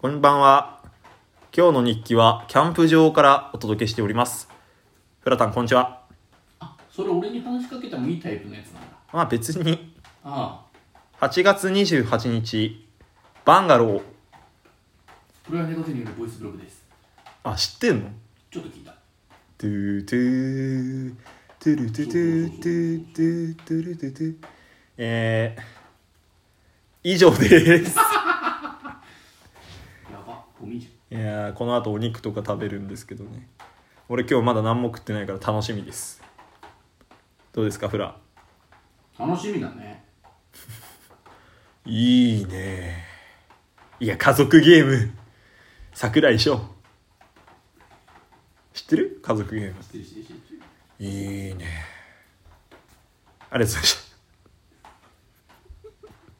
こんばんは。今日の日記はキャンプ場からお届けしております。フラタン、こんにちは。あそれ俺に話しかけてもいいタイプのやつなんだまあ別に、ああ8月28日、バンガロー。これは猫手によるボイスブログですあ、知ってんのちょっと聞いたトゥートゥー、トゥルトゥトゥトゥトゥトゥルトゥトゥ。えー、以上です。やばゴミじいやーこの後お肉とか食べるんですけどね俺今日まだ何も食ってないから楽しみですどうですかフラゃん楽しみだねいいねいや家族ゲーム桜井翔知ってる家族ゲーム失礼失礼失礼いいねありがとうございました